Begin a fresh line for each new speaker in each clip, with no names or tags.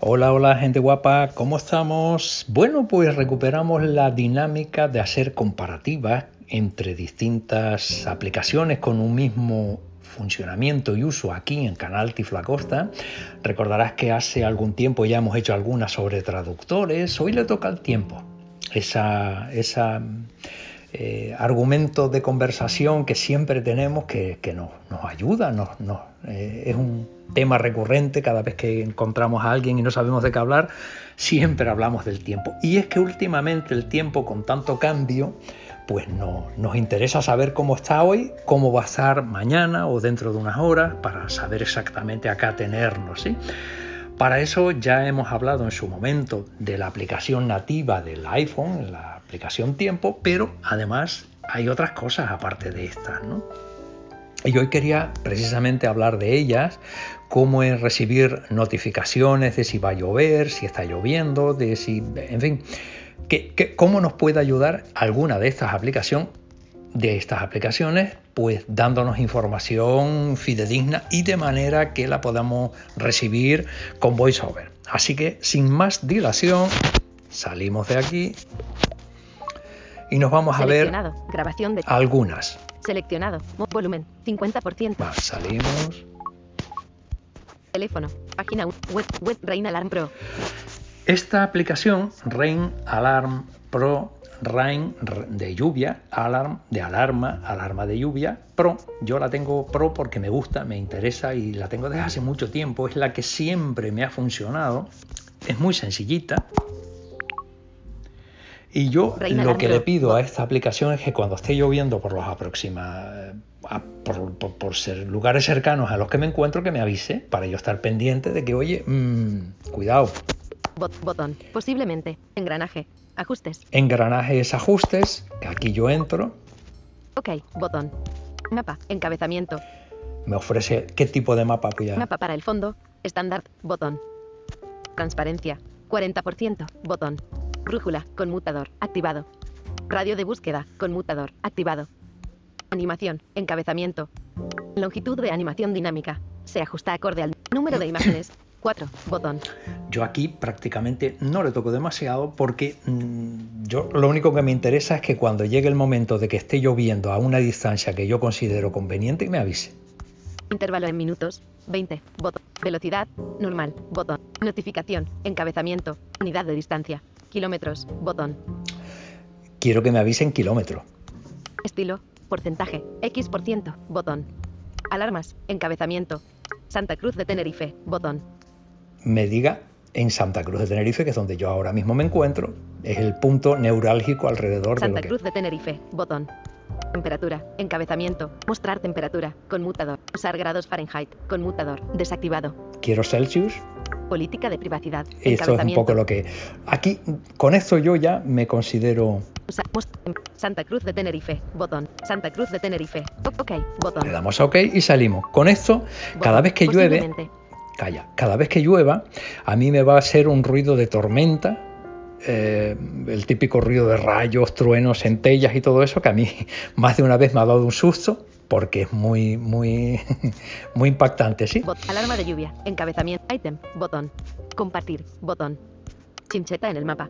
Hola, hola gente guapa, ¿cómo estamos? Bueno, pues recuperamos la dinámica de hacer comparativas entre distintas aplicaciones con un mismo funcionamiento y uso aquí en Canal Tiflacosta. Recordarás que hace algún tiempo ya hemos hecho algunas sobre traductores, hoy le toca el tiempo. Esa, esa eh, argumento de conversación que siempre tenemos que, que nos, nos, ayuda, nos, nos eh, es un tema recurrente cada vez que encontramos a alguien y no sabemos de qué hablar, siempre hablamos del tiempo. Y es que últimamente el tiempo con tanto cambio, pues no, nos interesa saber cómo está hoy, cómo va a estar mañana o dentro de unas horas para saber exactamente acá tenernos, ¿sí? Para eso ya hemos hablado en su momento de la aplicación nativa del iPhone, la aplicación tiempo, pero además hay otras cosas aparte de estas, ¿no? Y hoy quería precisamente hablar de ellas, cómo es recibir notificaciones de si va a llover, si está lloviendo, de si, en fin, que, que, cómo nos puede ayudar alguna de estas aplicaciones de estas aplicaciones, pues dándonos información fidedigna y de manera que la podamos recibir con VoiceOver. Así que sin más dilación, salimos de aquí y nos vamos a ver Ah.
grabación de...
algunas.
Seleccionado, volumen 50%.
Va, salimos.
Teléfono, página web, web Rain Alarm Pro.
Esta aplicación Rain Alarm Pro Rain de lluvia, Alarm de alarma, alarma de lluvia, Pro. Yo la tengo Pro porque me gusta, me interesa y la tengo desde hace mucho tiempo. Es la que siempre me ha funcionado. Es muy sencillita. Y yo Reina lo que Andro. le pido a esta aplicación es que cuando esté lloviendo por los aproximados, por, por, por, ser lugares cercanos a los que me encuentro, que me avise para yo estar pendiente de que, oye, mmm, cuidado.
Botón, posiblemente, engranaje, ajustes.
Engranaje es ajustes, que aquí yo entro.
Ok, botón, mapa, encabezamiento.
Me ofrece qué tipo de mapa
voy Mapa para el fondo, estándar, botón. Transparencia, 40%, botón. Brújula, conmutador, activado. Radio de búsqueda, conmutador, activado. Animación, encabezamiento. Longitud de animación dinámica. Se ajusta acorde al número de imágenes. 4. Botón.
Yo aquí prácticamente no le toco demasiado porque mmm, yo lo único que me interesa es que cuando llegue el momento de que esté lloviendo a una distancia que yo considero conveniente, me avise.
Intervalo en minutos, 20, botón. Velocidad, normal, botón. Notificación, encabezamiento, unidad de distancia, Kilómetros, botón.
Quiero que me avisen kilómetro.
Estilo, porcentaje, X%, por ciento, botón. Alarmas, encabezamiento. Santa Cruz de Tenerife, botón.
Me diga en Santa Cruz de Tenerife, que es donde yo ahora mismo me encuentro, es el punto neurálgico alrededor
Santa
de lo
Cruz
que...
de Tenerife, botón. Temperatura, encabezamiento, mostrar temperatura, conmutador, usar grados Fahrenheit, conmutador, desactivado.
Quiero Celsius,
política de privacidad.
Esto es un poco lo que... Aquí, con esto yo ya me considero...
em, Santa Cruz de Tenerife, botón. Santa Cruz de Tenerife, ok, botón.
Le damos a ok y salimos. Con esto, botón. cada vez que
pues
llueve... Calla, cada vez que llueva, a mí me va a hacer un ruido de tormenta, eh, el típico ruido de rayos, truenos, centellas y todo eso, que a mí más de una vez me ha dado un susto, porque es muy, muy, muy impactante, ¿sí?
Bot, alarma de lluvia, encabezamiento, item, botón, compartir, botón, chincheta en el mapa,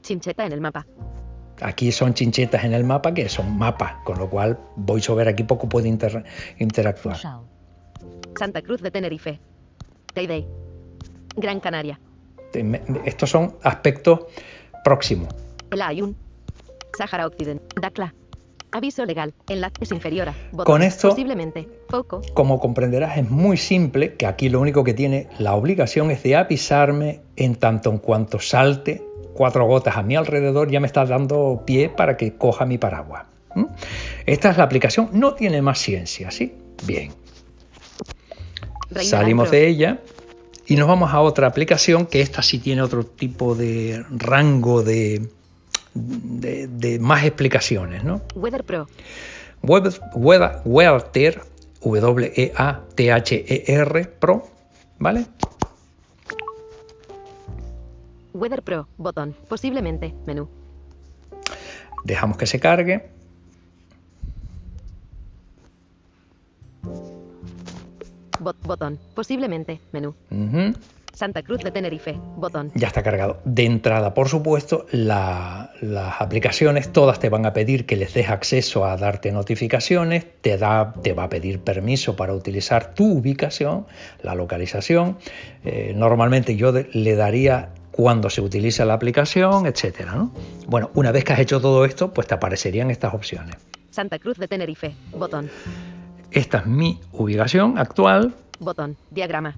chincheta en el mapa.
Aquí son chinchetas en el mapa que son mapas, con lo cual VoiceOver aquí poco puede inter interactuar.
Santa Cruz de Tenerife, Day Gran Canaria.
Estos son aspectos próximos.
El Ayun, Sáhara Occident, Dakla, Aviso legal. Enlace es inferior a. Botón.
Con esto,
posiblemente, poco.
Como comprenderás, es muy simple que aquí lo único que tiene la obligación es de avisarme en tanto en cuanto salte cuatro gotas a mi alrededor, ya me está dando pie para que coja mi paraguas. ¿Mm? Esta es la aplicación, no tiene más ciencia, ¿sí? Bien. Reina Salimos de ella y nos vamos a otra aplicación que esta sí tiene otro tipo de rango de, de, de, más explicaciones, ¿no?
Weather Pro.
Weather, weather, weather W-E-A-T-H-E-R Pro, ¿vale?
Weather Pro, botón, posiblemente, menú.
Dejamos que se cargue.
Bot, botón, posiblemente, menú.
Uh -huh.
Santa Cruz de Tenerife, botón.
Ya está cargado. De entrada, por supuesto, la- las aplicaciones todas te van a pedir que les des acceso a darte notificaciones, te, da, te va a pedir permiso para utilizar tu ubicación, la localización. Eh, normalmente yo de- le daría cuando se utiliza la aplicación, etcétera. ¿no? Bueno, una vez que has hecho todo esto, pues te aparecerían estas opciones.
Santa Cruz de Tenerife, botón.
Esta es mi ubicación actual,
Botón. Diagrama.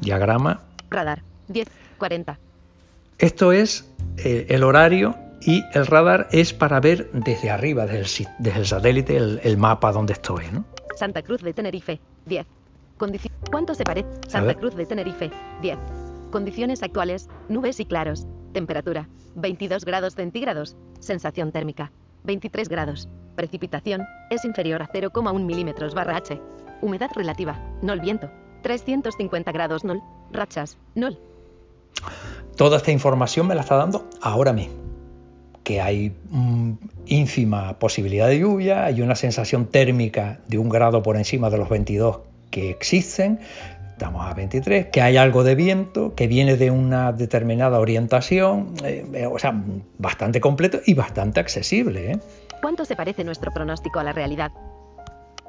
diagrama.
Radar. 10. 40.
Esto es eh, el horario y el radar es para ver desde arriba, desde el, si- desde el satélite, el, el mapa donde estoy. ¿no?
Santa Cruz de Tenerife. 10. Condici- ¿Cuánto se parece?
ver.
Santa Cruz de Tenerife. 10. Condiciones actuales. Nubes y claros. Temperatura. 22 grados centígrados. Sensación térmica. 23 grados. Precipitación. Es inferior a 0,1 milímetros barra H. Humedad relativa. Nol viento. 350 grados nol. Rachas. Nol.
Toda esta información me la está dando ahora mismo. Que hay mm, ínfima posibilidad de lluvia, hay una sensación térmica de un grado por encima de los 22 que existen, estamos a 23, que hay algo de viento, que viene de una determinada orientación, eh, eh, o sea, bastante completo y bastante accesible. ¿eh?
¿Cuánto se parece nuestro pronóstico a la realidad?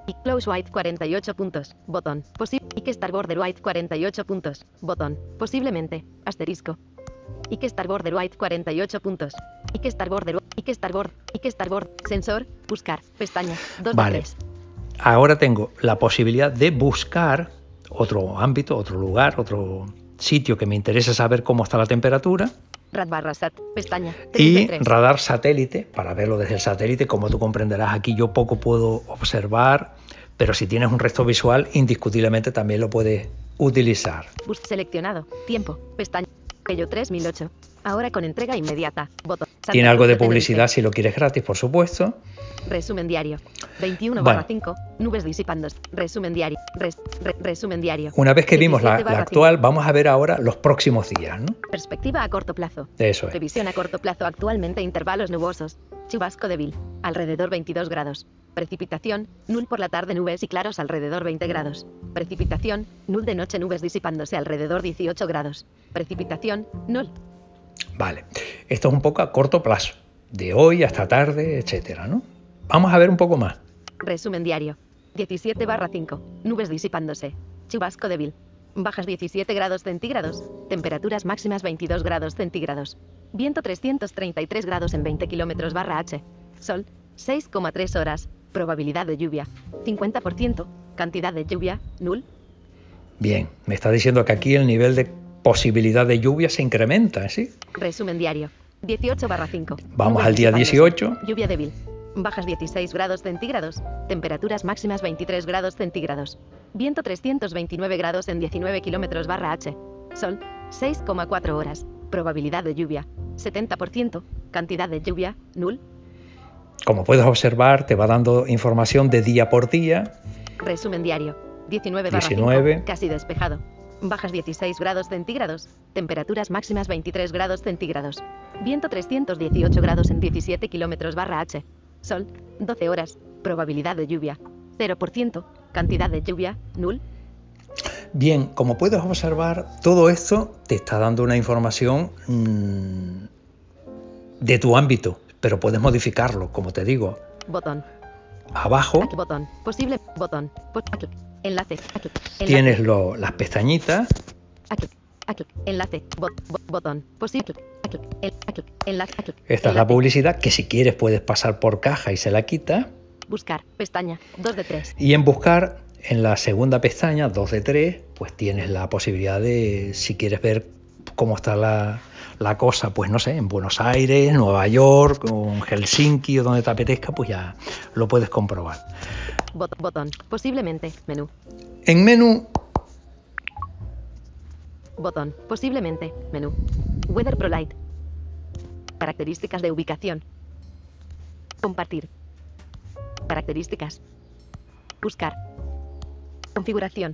Y Close White 48 puntos, botón. Posi- y que Star Border White 48 puntos, botón. Posiblemente, asterisco. Y que Star Border White 48 puntos. Y que Star Border y que Star Border y que Star Border sensor, buscar, pestaña, 2
Vale.
de 3.
ahora tengo la posibilidad de buscar otro ámbito, otro lugar, otro sitio que me interese saber cómo está la temperatura
Rad barra sat, pestaña, 3
y
de 3.
radar satélite para verlo desde el satélite. Como tú comprenderás, aquí yo poco puedo observar, pero si tienes un resto visual, indiscutiblemente también lo puedes utilizar.
Bus seleccionado, tiempo, pestaña, Pello 3008. Ahora con entrega inmediata, botón. Santa
Tiene algo
Cruz
de
Tenerife.
publicidad si lo quieres gratis, por supuesto.
Resumen diario. 21
Bueno.
barra 5. Nubes disipándose. Resumen diario. Res- re- resumen diario.
Una vez que vimos la,
17
la
barra
actual, vamos a ver ahora los próximos días, ¿no?
Perspectiva a corto plazo.
Eso es.
Previsión a corto plazo actualmente intervalos nubosos. Chubasco débil. Alrededor 22 grados. Precipitación, nul por la tarde nubes y claros alrededor 20 grados. Precipitación, nul de noche nubes disipándose alrededor 18 grados. Precipitación, nul.
Vale, esto es un poco a corto plazo, de hoy hasta tarde, etcétera, ¿no? Vamos a ver un poco más.
Resumen diario. 17 barra 5. Nubes disipándose. Chubasco débil. Bajas 17 grados centígrados. Temperaturas máximas 22 grados centígrados. Viento 333 grados en 20 kilómetros barra H. Sol. 6,3 horas. Probabilidad de lluvia. 50%. Cantidad de lluvia. Nul.
Bien, me está diciendo que aquí el nivel de posibilidad de lluvia se incrementa, ¿sí?
Resumen diario. 18 barra 5.
Vamos al día 18.
Lluvia débil. Bajas 16 grados centígrados. Temperaturas máximas 23 grados centígrados. Viento 329 grados en 19 kilómetros barra H. Sol. 6,4 horas. Probabilidad de lluvia. 70%. Cantidad de lluvia. Nul.
Como puedes observar, te va dando información de día por día.
Resumen diario. 19 barra
19.
5, casi despejado. Bajas 16 grados centígrados. Temperaturas máximas 23 grados centígrados. Viento 318 grados en 17 kilómetros barra H. Sol. 12 horas. Probabilidad de lluvia. 0%. Cantidad de lluvia. Nul.
Bien, como puedes observar, todo esto te está dando una información mm, de tu ámbito, pero puedes modificarlo, como te digo.
Botón.
Abajo ¿Oh?
Aquí, botón. Posible. Botón. Po- aquí. Enlace. Aquí. Enlace.
tienes lo- las pestañitas
Aquí. Aquí. Enlace. Bot- bo- botón. Posible. Aquí. En- aquí. Enlace. Aquí.
Esta es la
Enlace.
publicidad que si quieres puedes pasar por caja y se la quita.
Buscar. Pestaña. 2 de 3.
Y en buscar, en la segunda pestaña, 2 de 3, pues tienes la posibilidad de, si quieres ver cómo está la, la cosa, pues no sé, en Buenos Aires, Nueva York, o en Helsinki o donde te apetezca, pues ya lo puedes comprobar.
Bot- botón. Posiblemente. Menú.
En menú,
Botón. Posiblemente. Menú. Weather Pro Lite. Características de ubicación. Compartir. Características. Buscar. Configuración.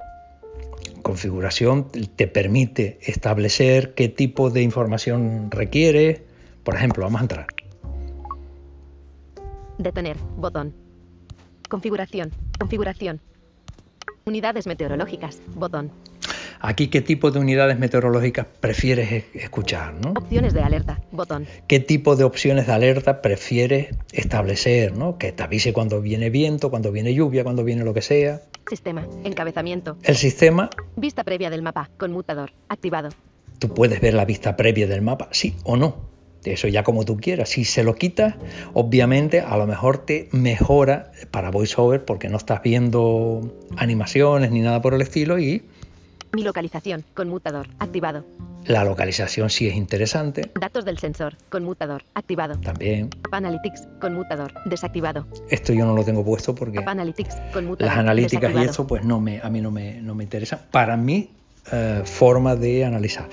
configuración te permite establecer qué tipo de información requiere. Por ejemplo, vamos a entrar.
Detener. Botón. Configuración. Configuración. Unidades meteorológicas. Botón.
Aquí, ¿qué tipo de unidades meteorológicas prefieres e- escuchar? ¿no?
Opciones de alerta. Botón.
¿Qué tipo de opciones de alerta prefieres establecer? ¿no? Que te avise cuando viene viento, cuando viene lluvia, cuando viene lo que sea.
Sistema. Encabezamiento.
El sistema,
Vista previa del mapa. Conmutador. Activado.
tú puedes ver la vista previa del mapa, sí o no. Eso ya como tú quieras. Si se lo quitas, obviamente a lo mejor te mejora para VoiceOver porque no estás viendo animaciones ni nada por el estilo y
Mi localización. Conmutador. Activado.
la localización sí es interesante
Datos del sensor. Conmutador. Activado.
también.
App Analytics. Conmutador. Desactivado.
Esto yo no lo tengo puesto porque...
App Analytics. Conmutador.
las analíticas y
desactivado.
eso, pues no me, a mí no me, no me interesa. Para mí, eh, forma de analizar.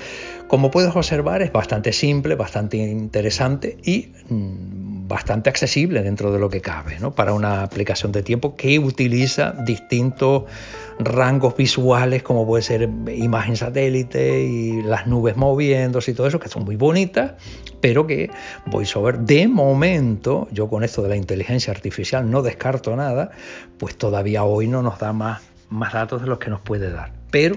Como puedes observar, es bastante simple, bastante interesante y mm, bastante accesible dentro de lo que cabe, ¿no? Para una aplicación de tiempo que utiliza distintos rangos visuales, como puede ser imagen satélite y las nubes moviéndose y todo eso, que son muy bonitas, pero que VoiceOver de momento, yo con esto de la inteligencia artificial no descarto nada, pues todavía hoy no nos da más, más datos de los que nos puede dar. Pero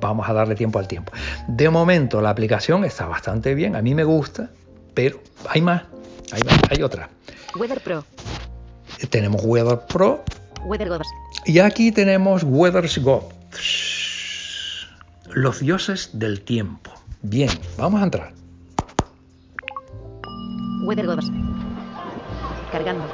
vamos a darle tiempo al tiempo. De momento la aplicación está bastante bien, a mí me gusta, pero hay más, hay, más, hay otra.
Weather Pro.
Tenemos Weather Pro
Weather Gods.
y aquí tenemos Weather's Gods, los dioses del tiempo. Bien, vamos a entrar.
Weather Gods. Cargando.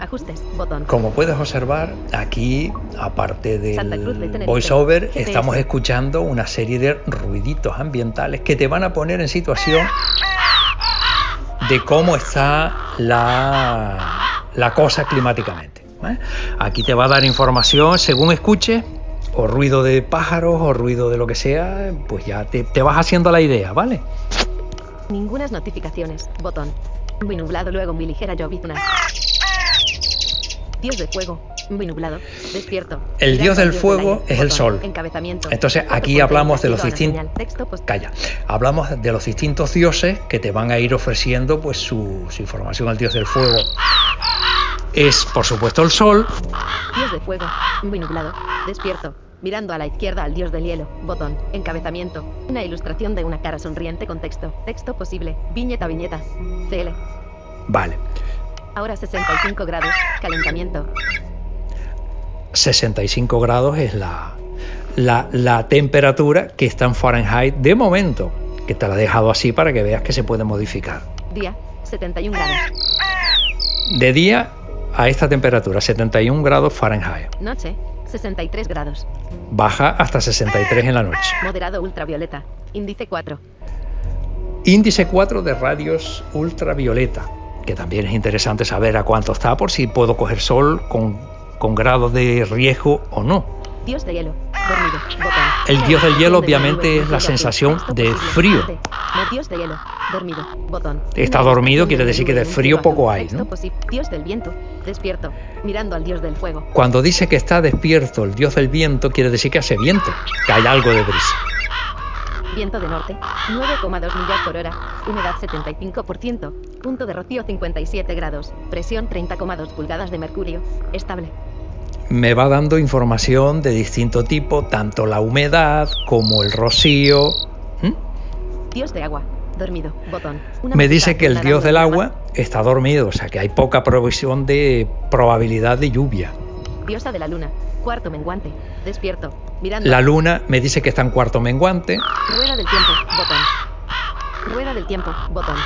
Ajustes. Botón.
Como puedes observar, aquí, aparte
Santa Cruz de
del
Tenerife,
voiceover,
GPS.
estamos escuchando una serie de ruiditos ambientales que te van a poner en situación de cómo está la, la cosa climáticamente. ¿vale? Aquí te va a dar información según escuches, o ruido de pájaros, o ruido de lo que sea, pues ya te, te vas haciendo la idea, ¿vale?
Ningunas notificaciones. Botón. Muy nublado, luego muy ligera llovizna. Dios de fuego. Muy nublado. Despierto.
El
Mirando
dios del
al
fuego
aire.
es el
Botón.
sol.
Encabezamiento.
Entonces,
Otro
aquí
punto
hablamos de los
indicativo a la
distin-
señal. Texto post-
Calla. Hablamos de los distintos dioses que te van a ir ofreciendo pues su, su información. El dios del fuego es, por supuesto, el sol.
Dios de fuego. Muy nublado. Despierto. Mirando a la izquierda al dios del hielo. Botón. Encabezamiento. Una ilustración de una cara sonriente con texto. Texto posible. Viñeta, viñeta. CL.
Vale,
Ahora 65 grados. Calentamiento.
65 grados es la, la, la temperatura que está en Fahrenheit de momento, que te la he dejado así para que veas que se puede modificar.
Día. 71 grados.
De día a esta temperatura, 71 grados Fahrenheit,
Noche. 63 grados.
baja hasta 63 en la noche.
Moderado ultravioleta. Índice 4.
Índice 4 de radios ultravioleta, que también es interesante saber a cuánto está por si puedo coger sol con, con grado de riesgo o no.
Dios de hielo. Dormido. Botón.
El dios del hielo, obviamente,
Nube,
es la
frío,
sensación
texto
de
posible.
frío.
Arte. No, Dios de hielo. Dormido. Botón.
Está
Una
dormido,
ilustración
quiere
una
decir que
nube
de
en un
frío
cielo
poco
azul.
hay,
Texto
¿no?
posi- Dios del viento. Despierto. Mirando al dios del fuego.
Cuando dice que está despierto el dios del viento, quiere decir que hace viento, que hay algo de brisa.
Viento de norte. 9,2 millas por hora. Humedad 75%. Punto de rocío 57 grados. Presión 30,2 pulgadas de mercurio. Estable.
Me va dando información de distinto tipo, tanto la humedad como el rocío. ¿Mm?
Dios de agua. Dormido. Botón. Una
Me
mosca
dice que el
nadando
dios
en
del
el
agua está dormido, o sea que hay poca provisión de probabilidad de lluvia.
mar. Diosa de la luna. Cuarto menguante. Despierto. Mirando
La luna me dice que está en cuarto menguante.
Rueda del tiempo, botón. Rueda del tiempo, botón.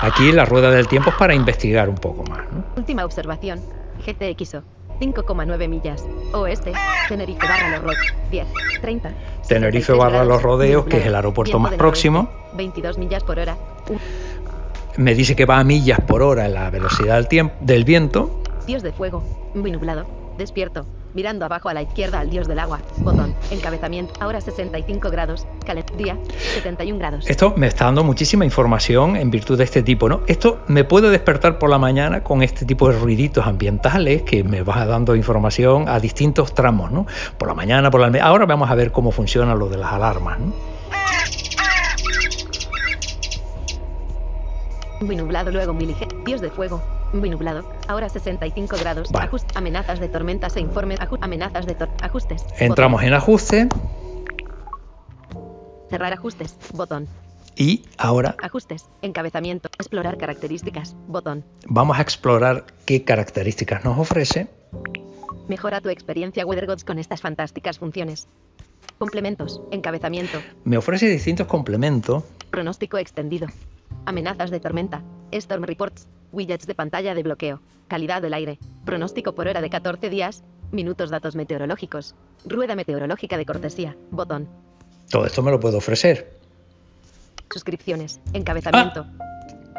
Aquí la rueda del tiempo es para investigar un poco más. ¿no?
Última observación. GTXO. 5,9 millas. Oeste. Tenerife barra los rodeos. 10. 30.
Tenerife
63
barra los
grados,
rodeos, que es el
nublado,
aeropuerto
viento
más
del
próximo.
noreste, 22 millas por hora. U-
Me dice que va a millas por hora en la velocidad del, tiempo, del viento.
Dios de fuego. Muy nublado. Despierto. Mirando abajo a la izquierda al dios del agua. Botón. Encabezamiento. Ahora 65 grados. Calent. Día. 71 grados.
Esto me está dando muchísima información en virtud de este tipo, ¿no? Esto me puedo despertar por la mañana con este tipo de ruiditos ambientales que me va dando información a distintos tramos, ¿no? Por la mañana, por la alme- Ahora vamos a ver cómo funciona lo de las alarmas, ¿no?
Muy nublado, luego muy ligero. Dios de fuego. Muy nublado. Ahora 65 grados.
Vale.
Ajust- amenazas de tormentas e informes. Aju- amenazas de tor- ajustes.
Entramos en ajuste
Botón. Cerrar ajustes. Botón.
y ahora
Ajustes. Encabezamiento. Explorar características. Botón.
vamos a explorar qué características nos ofrece.
Mejora tu experiencia WeatherGods con estas fantásticas funciones. Complementos. Encabezamiento.
Me ofrece distintos complementos.
Pronóstico extendido. Amenazas de tormenta. Storm reports. Widgets de pantalla de bloqueo. Calidad del aire. Pronóstico por hora de 14 días. Minutos datos meteorológicos. Rueda meteorológica de cortesía. Botón.
Todo esto me lo puede ofrecer,
Suscripciones. Encabezamiento.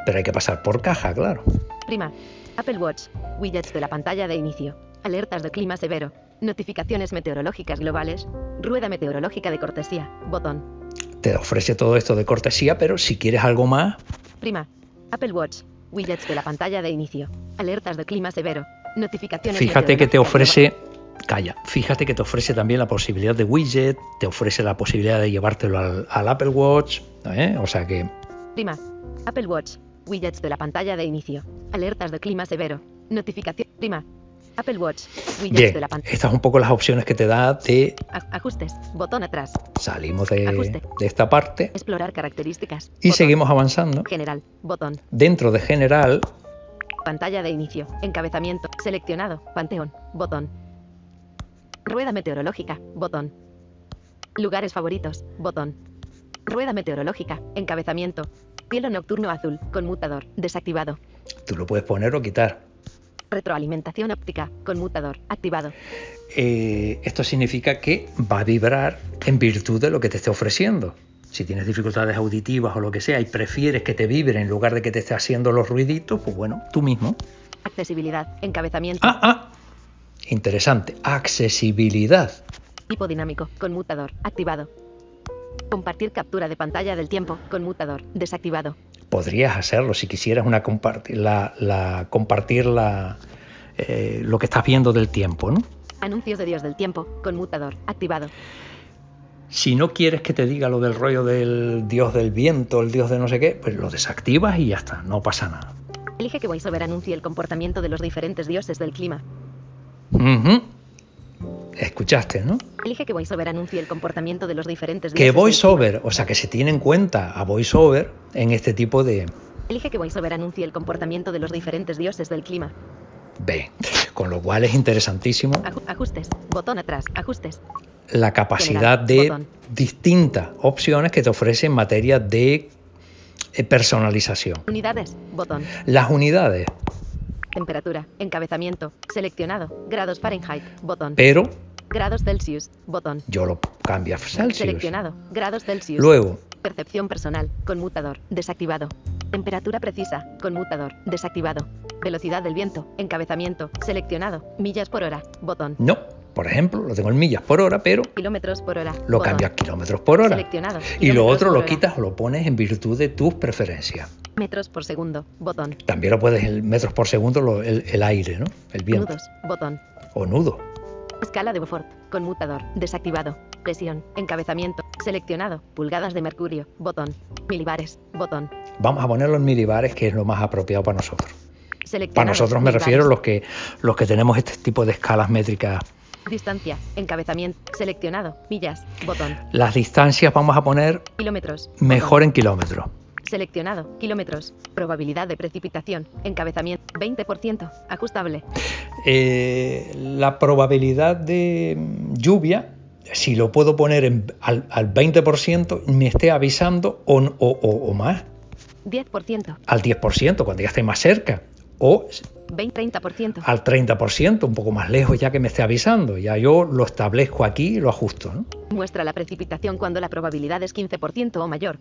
pero hay que pasar por caja, claro.
Prima. Apple Watch. Widgets de la pantalla de inicio. Alertas de clima severo. Notificaciones meteorológicas globales. Rueda meteorológica de cortesía. Botón.
Te ofrece todo esto de cortesía, pero si quieres algo más,
Prima. Apple Watch. Widgets de la pantalla de inicio. Alertas de clima severo. Notificaciones.
fíjate que te
meteorológicas
ofrece... Calla, fíjate que te ofrece también la posibilidad de widget, te ofrece la posibilidad de llevártelo al, al Apple Watch, ¿eh? o sea que
globales. Prima. Apple Watch. Widgets de la pantalla de inicio. Alertas de clima severo. Notificación. Prima. Apple Watch. Widgets
bien,
de la pantalla.
estas son un poco las opciones que te da de
Ajustes. Botón atrás.
salimos de,
Ajuste.
de esta parte
Explorar características.
y
Botón.
seguimos avanzando.
General. Botón.
Dentro de general
Pantalla de inicio. Encabezamiento. Seleccionado. Panteón. Botón. Rueda meteorológica. Botón. Lugares favoritos. Botón. Rueda meteorológica. Encabezamiento. Cielo nocturno azul. Conmutador. Desactivado.
tú lo puedes poner o quitar.
Retroalimentación óptica. Conmutador. Activado.
Eh, esto significa que va a vibrar en virtud de lo que te esté ofreciendo. Si tienes dificultades auditivas o lo que sea y prefieres que te vibre en lugar de que te esté haciendo los ruiditos, pues bueno, tú mismo.
Accesibilidad. Encabezamiento.
Ah, ah. Interesante. Accesibilidad.
Tipo dinámico. Conmutador. Activado. Compartir captura de pantalla del tiempo. Conmutador. Desactivado.
Podrías hacerlo si quisieras una comparti- la, la- compartir la, eh, lo que estás viendo del tiempo, ¿no?
Anuncios de Dios del tiempo. Conmutador. Activado.
Si no quieres que te diga lo del rollo del dios del viento, el dios de no sé qué, pues lo desactivas y ya está, no pasa nada.
Elige que VoiceOver anuncie el comportamiento de los diferentes dioses del clima.
Ujú. Escuchaste, ¿no?
Elige que VoiceOver anuncie el comportamiento de los diferentes
Que
dioses. del
VoiceOver, o sea, que se tiene en cuenta a VoiceOver en este tipo de...
clima. Elige que VoiceOver anuncie el comportamiento de los diferentes dioses del clima.
B. Con lo cual es interesantísimo
Aju- ajustes. Botón atrás. Ajustes.
la capacidad de
Botón.
distintas opciones que te ofrece en materia de eh, personalización.
Unidades. Botón.
Las unidades,
Temperatura. Encabezamiento. Seleccionado. Grados Fahrenheit. Botón.
pero
Grados Celsius. Botón.
yo lo cambio a Celsius.
Seleccionado. Grados Celsius.
Luego,
Percepción personal, conmutador, desactivado. Temperatura precisa, conmutador, desactivado. Velocidad del viento, encabezamiento, seleccionado, millas por hora, botón.
no, por ejemplo, lo tengo en millas por hora, pero
Kilómetros por hora.
lo
botón.
cambio a kilómetros por hora.
Seleccionado.
Y lo
kilómetros
otro
por
lo
hora,
quitas o lo pones en virtud de tus preferencias.
Metros por segundo, botón.
También lo puedes en metros por segundo lo- el, el aire, ¿no? El viento.
Nudos, botón.
O nudo.
Escala de Beaufort, conmutador, desactivado. Presión, encabezamiento, seleccionado, pulgadas de mercurio, botón. Milibares, botón.
Vamos a ponerlo en milibares, que es lo más apropiado para nosotros.
Seleccionado.
Para nosotros me refiero a
milibares.
los que, los que tenemos este tipo de escalas métricas.
Distancia, encabezamiento, seleccionado, millas, botón.
Las distancias vamos a poner
Kilómetros. botón.
mejor en kilómetros.
Seleccionado. Kilómetros. Probabilidad de precipitación. Encabezamiento. 20%. Ajustable.
Eh, la probabilidad de mm, lluvia, si lo puedo poner en- al, al 20%, me esté avisando o, n- o- o- o más,
10%.
al 10%, cuando ya esté más cerca. O
20, 30%.
al 30%, un poco más lejos ya que me esté avisando. Ya yo lo establezco aquí y lo ajusto. ¿no?
Muestra la precipitación cuando la probabilidad es 15% o mayor.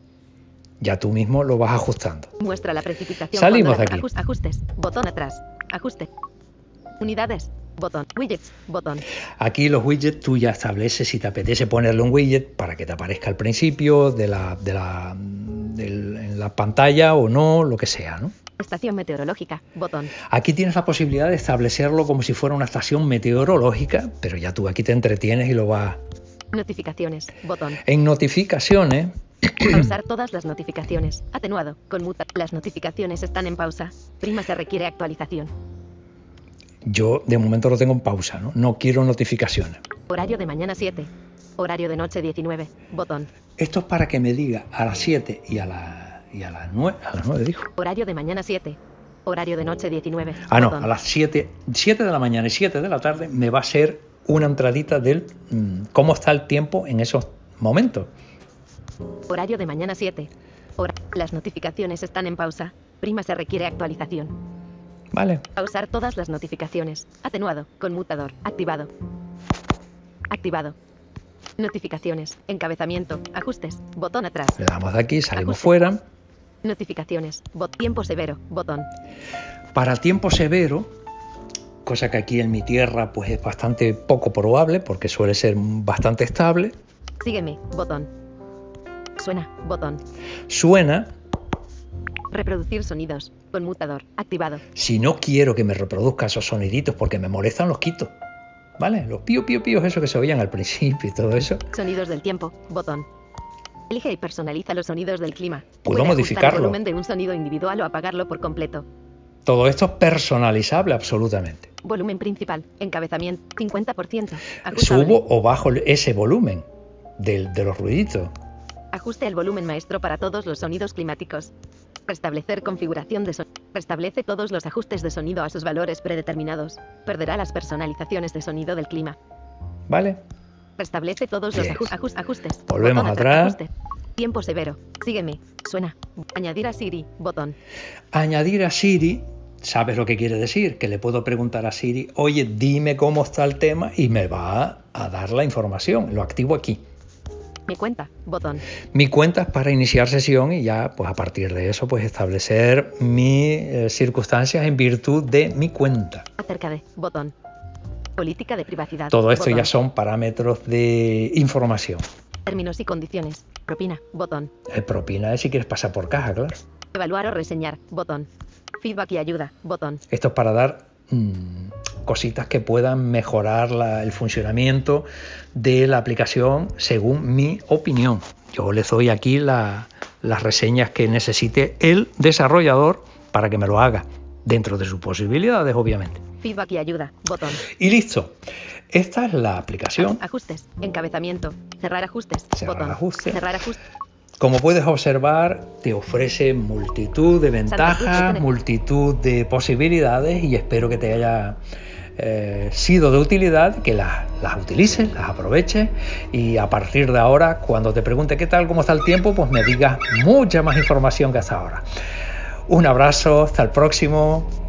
Ya tú mismo lo vas ajustando.
Muestra la precipitación
Salimos
cuando
de
la-
aquí.
ajus- ajustes. Botón atrás. Ajuste. Unidades. Botón. Widgets. Botón.
Aquí los widgets tú ya estableces si te apetece ponerle un widget para que te aparezca al principio de la, de la, del- en la pantalla o no, lo que sea. ¿no?
Estación meteorológica. Botón.
Aquí tienes la posibilidad de establecerlo como si fuera una estación meteorológica, pero ya tú aquí te entretienes y lo vas.
Notificaciones. Botón.
En notificaciones,
Pausar todas las notificaciones. Atenuado. Conmuta. Las notificaciones están en pausa. Prima se requiere actualización.
Yo de momento lo tengo en pausa, ¿no? No quiero notificaciones.
Horario de mañana 7. Horario de noche 19. Botón.
Esto es para que me diga a las 7 y a, la, y a las 9, a las 9 dijo.
Horario de mañana 7. Horario de noche 19.
Ah, no,
Botón.
a las 7, 7 de la mañana y 7 de la tarde me va a ser una entradita del mm, cómo está el tiempo en esos momentos.
Horario de mañana 7. Hora- Las notificaciones están en pausa. Prima se requiere actualización.
Vale,
Pausar todas las notificaciones. Atenuado. Conmutador. Activado. Activado. Notificaciones. Encabezamiento. Ajustes. Botón atrás.
le damos de aquí, salimos
Ajuste.
fuera.
Notificaciones. Bot tiempo severo. Botón.
Para tiempo severo, cosa que aquí en mi tierra pues es bastante poco probable porque suele ser bastante estable,
Sígueme. Botón. Suena. Botón.
suena,
Reproducir sonidos. Conmutador. Activado.
si no quiero que me reproduzca esos soniditos porque me molestan, los quito. ¿Vale? Los pío, pío, píos, eso que se oían al principio y todo eso.
Sonidos del tiempo. Botón. Elige y personaliza los sonidos del clima.
Puedo
Puede ajustar
Pues modificarlo.
El volumen de un sonido individual o apagarlo por completo.
Todo esto es personalizable absolutamente.
Volumen principal. Encabezamiento. 50%. Ajustable.
Subo o bajo ese volumen del- de los ruiditos.
Ajuste el volumen maestro para todos los sonidos climáticos. Restablecer configuración de sonido. Restablece todos los ajustes de sonido a sus valores predeterminados. Perderá las personalizaciones de sonido del clima.
¿Vale?
Restablece todos
Bien.
los ajus- ajus- ajustes.
Volvemos
Botón
atrás.
Ajuste. Tiempo severo. Sígueme. Suena. Añadir a Siri. Botón.
Añadir a Siri, ¿sabes lo que quiere decir? Que le puedo preguntar a Siri, oye, dime cómo está el tema y me va a dar la información. Lo activo aquí.
Me cuenta. Botón.
Mi cuenta es para iniciar sesión y ya, pues a partir de eso, pues establecer mis eh, circunstancias en virtud de mi cuenta.
Acerca de. Botón. Política de privacidad.
Todo esto
Botón.
ya son parámetros de información.
Términos y condiciones. Propina. Botón.
Eh, propina es si quieres pasar por caja, claro.
Evaluar o reseñar. Botón. Feedback y ayuda. Botón.
Esto es para dar mm, cositas que puedan mejorar la- el funcionamiento de la aplicación según mi opinión. Yo les doy aquí la- las reseñas que necesite el desarrollador para que me lo haga, dentro de sus posibilidades, obviamente.
Feedback y ayuda. Botón.
Y listo. Esta es la aplicación.
Ajustes. Encabezamiento. Cerrar ajustes.
Cerrar
botón.
ajustes.
Cerrar ajustes.
Como puedes observar, te ofrece multitud de ventajas, multitud de posibilidades y espero que te haya eh, sido de utilidad, que las, las utilices, las aproveches y a partir de ahora, cuando te pregunte qué tal, cómo está el tiempo, pues me digas mucha más información que hasta ahora. Un abrazo, hasta el próximo.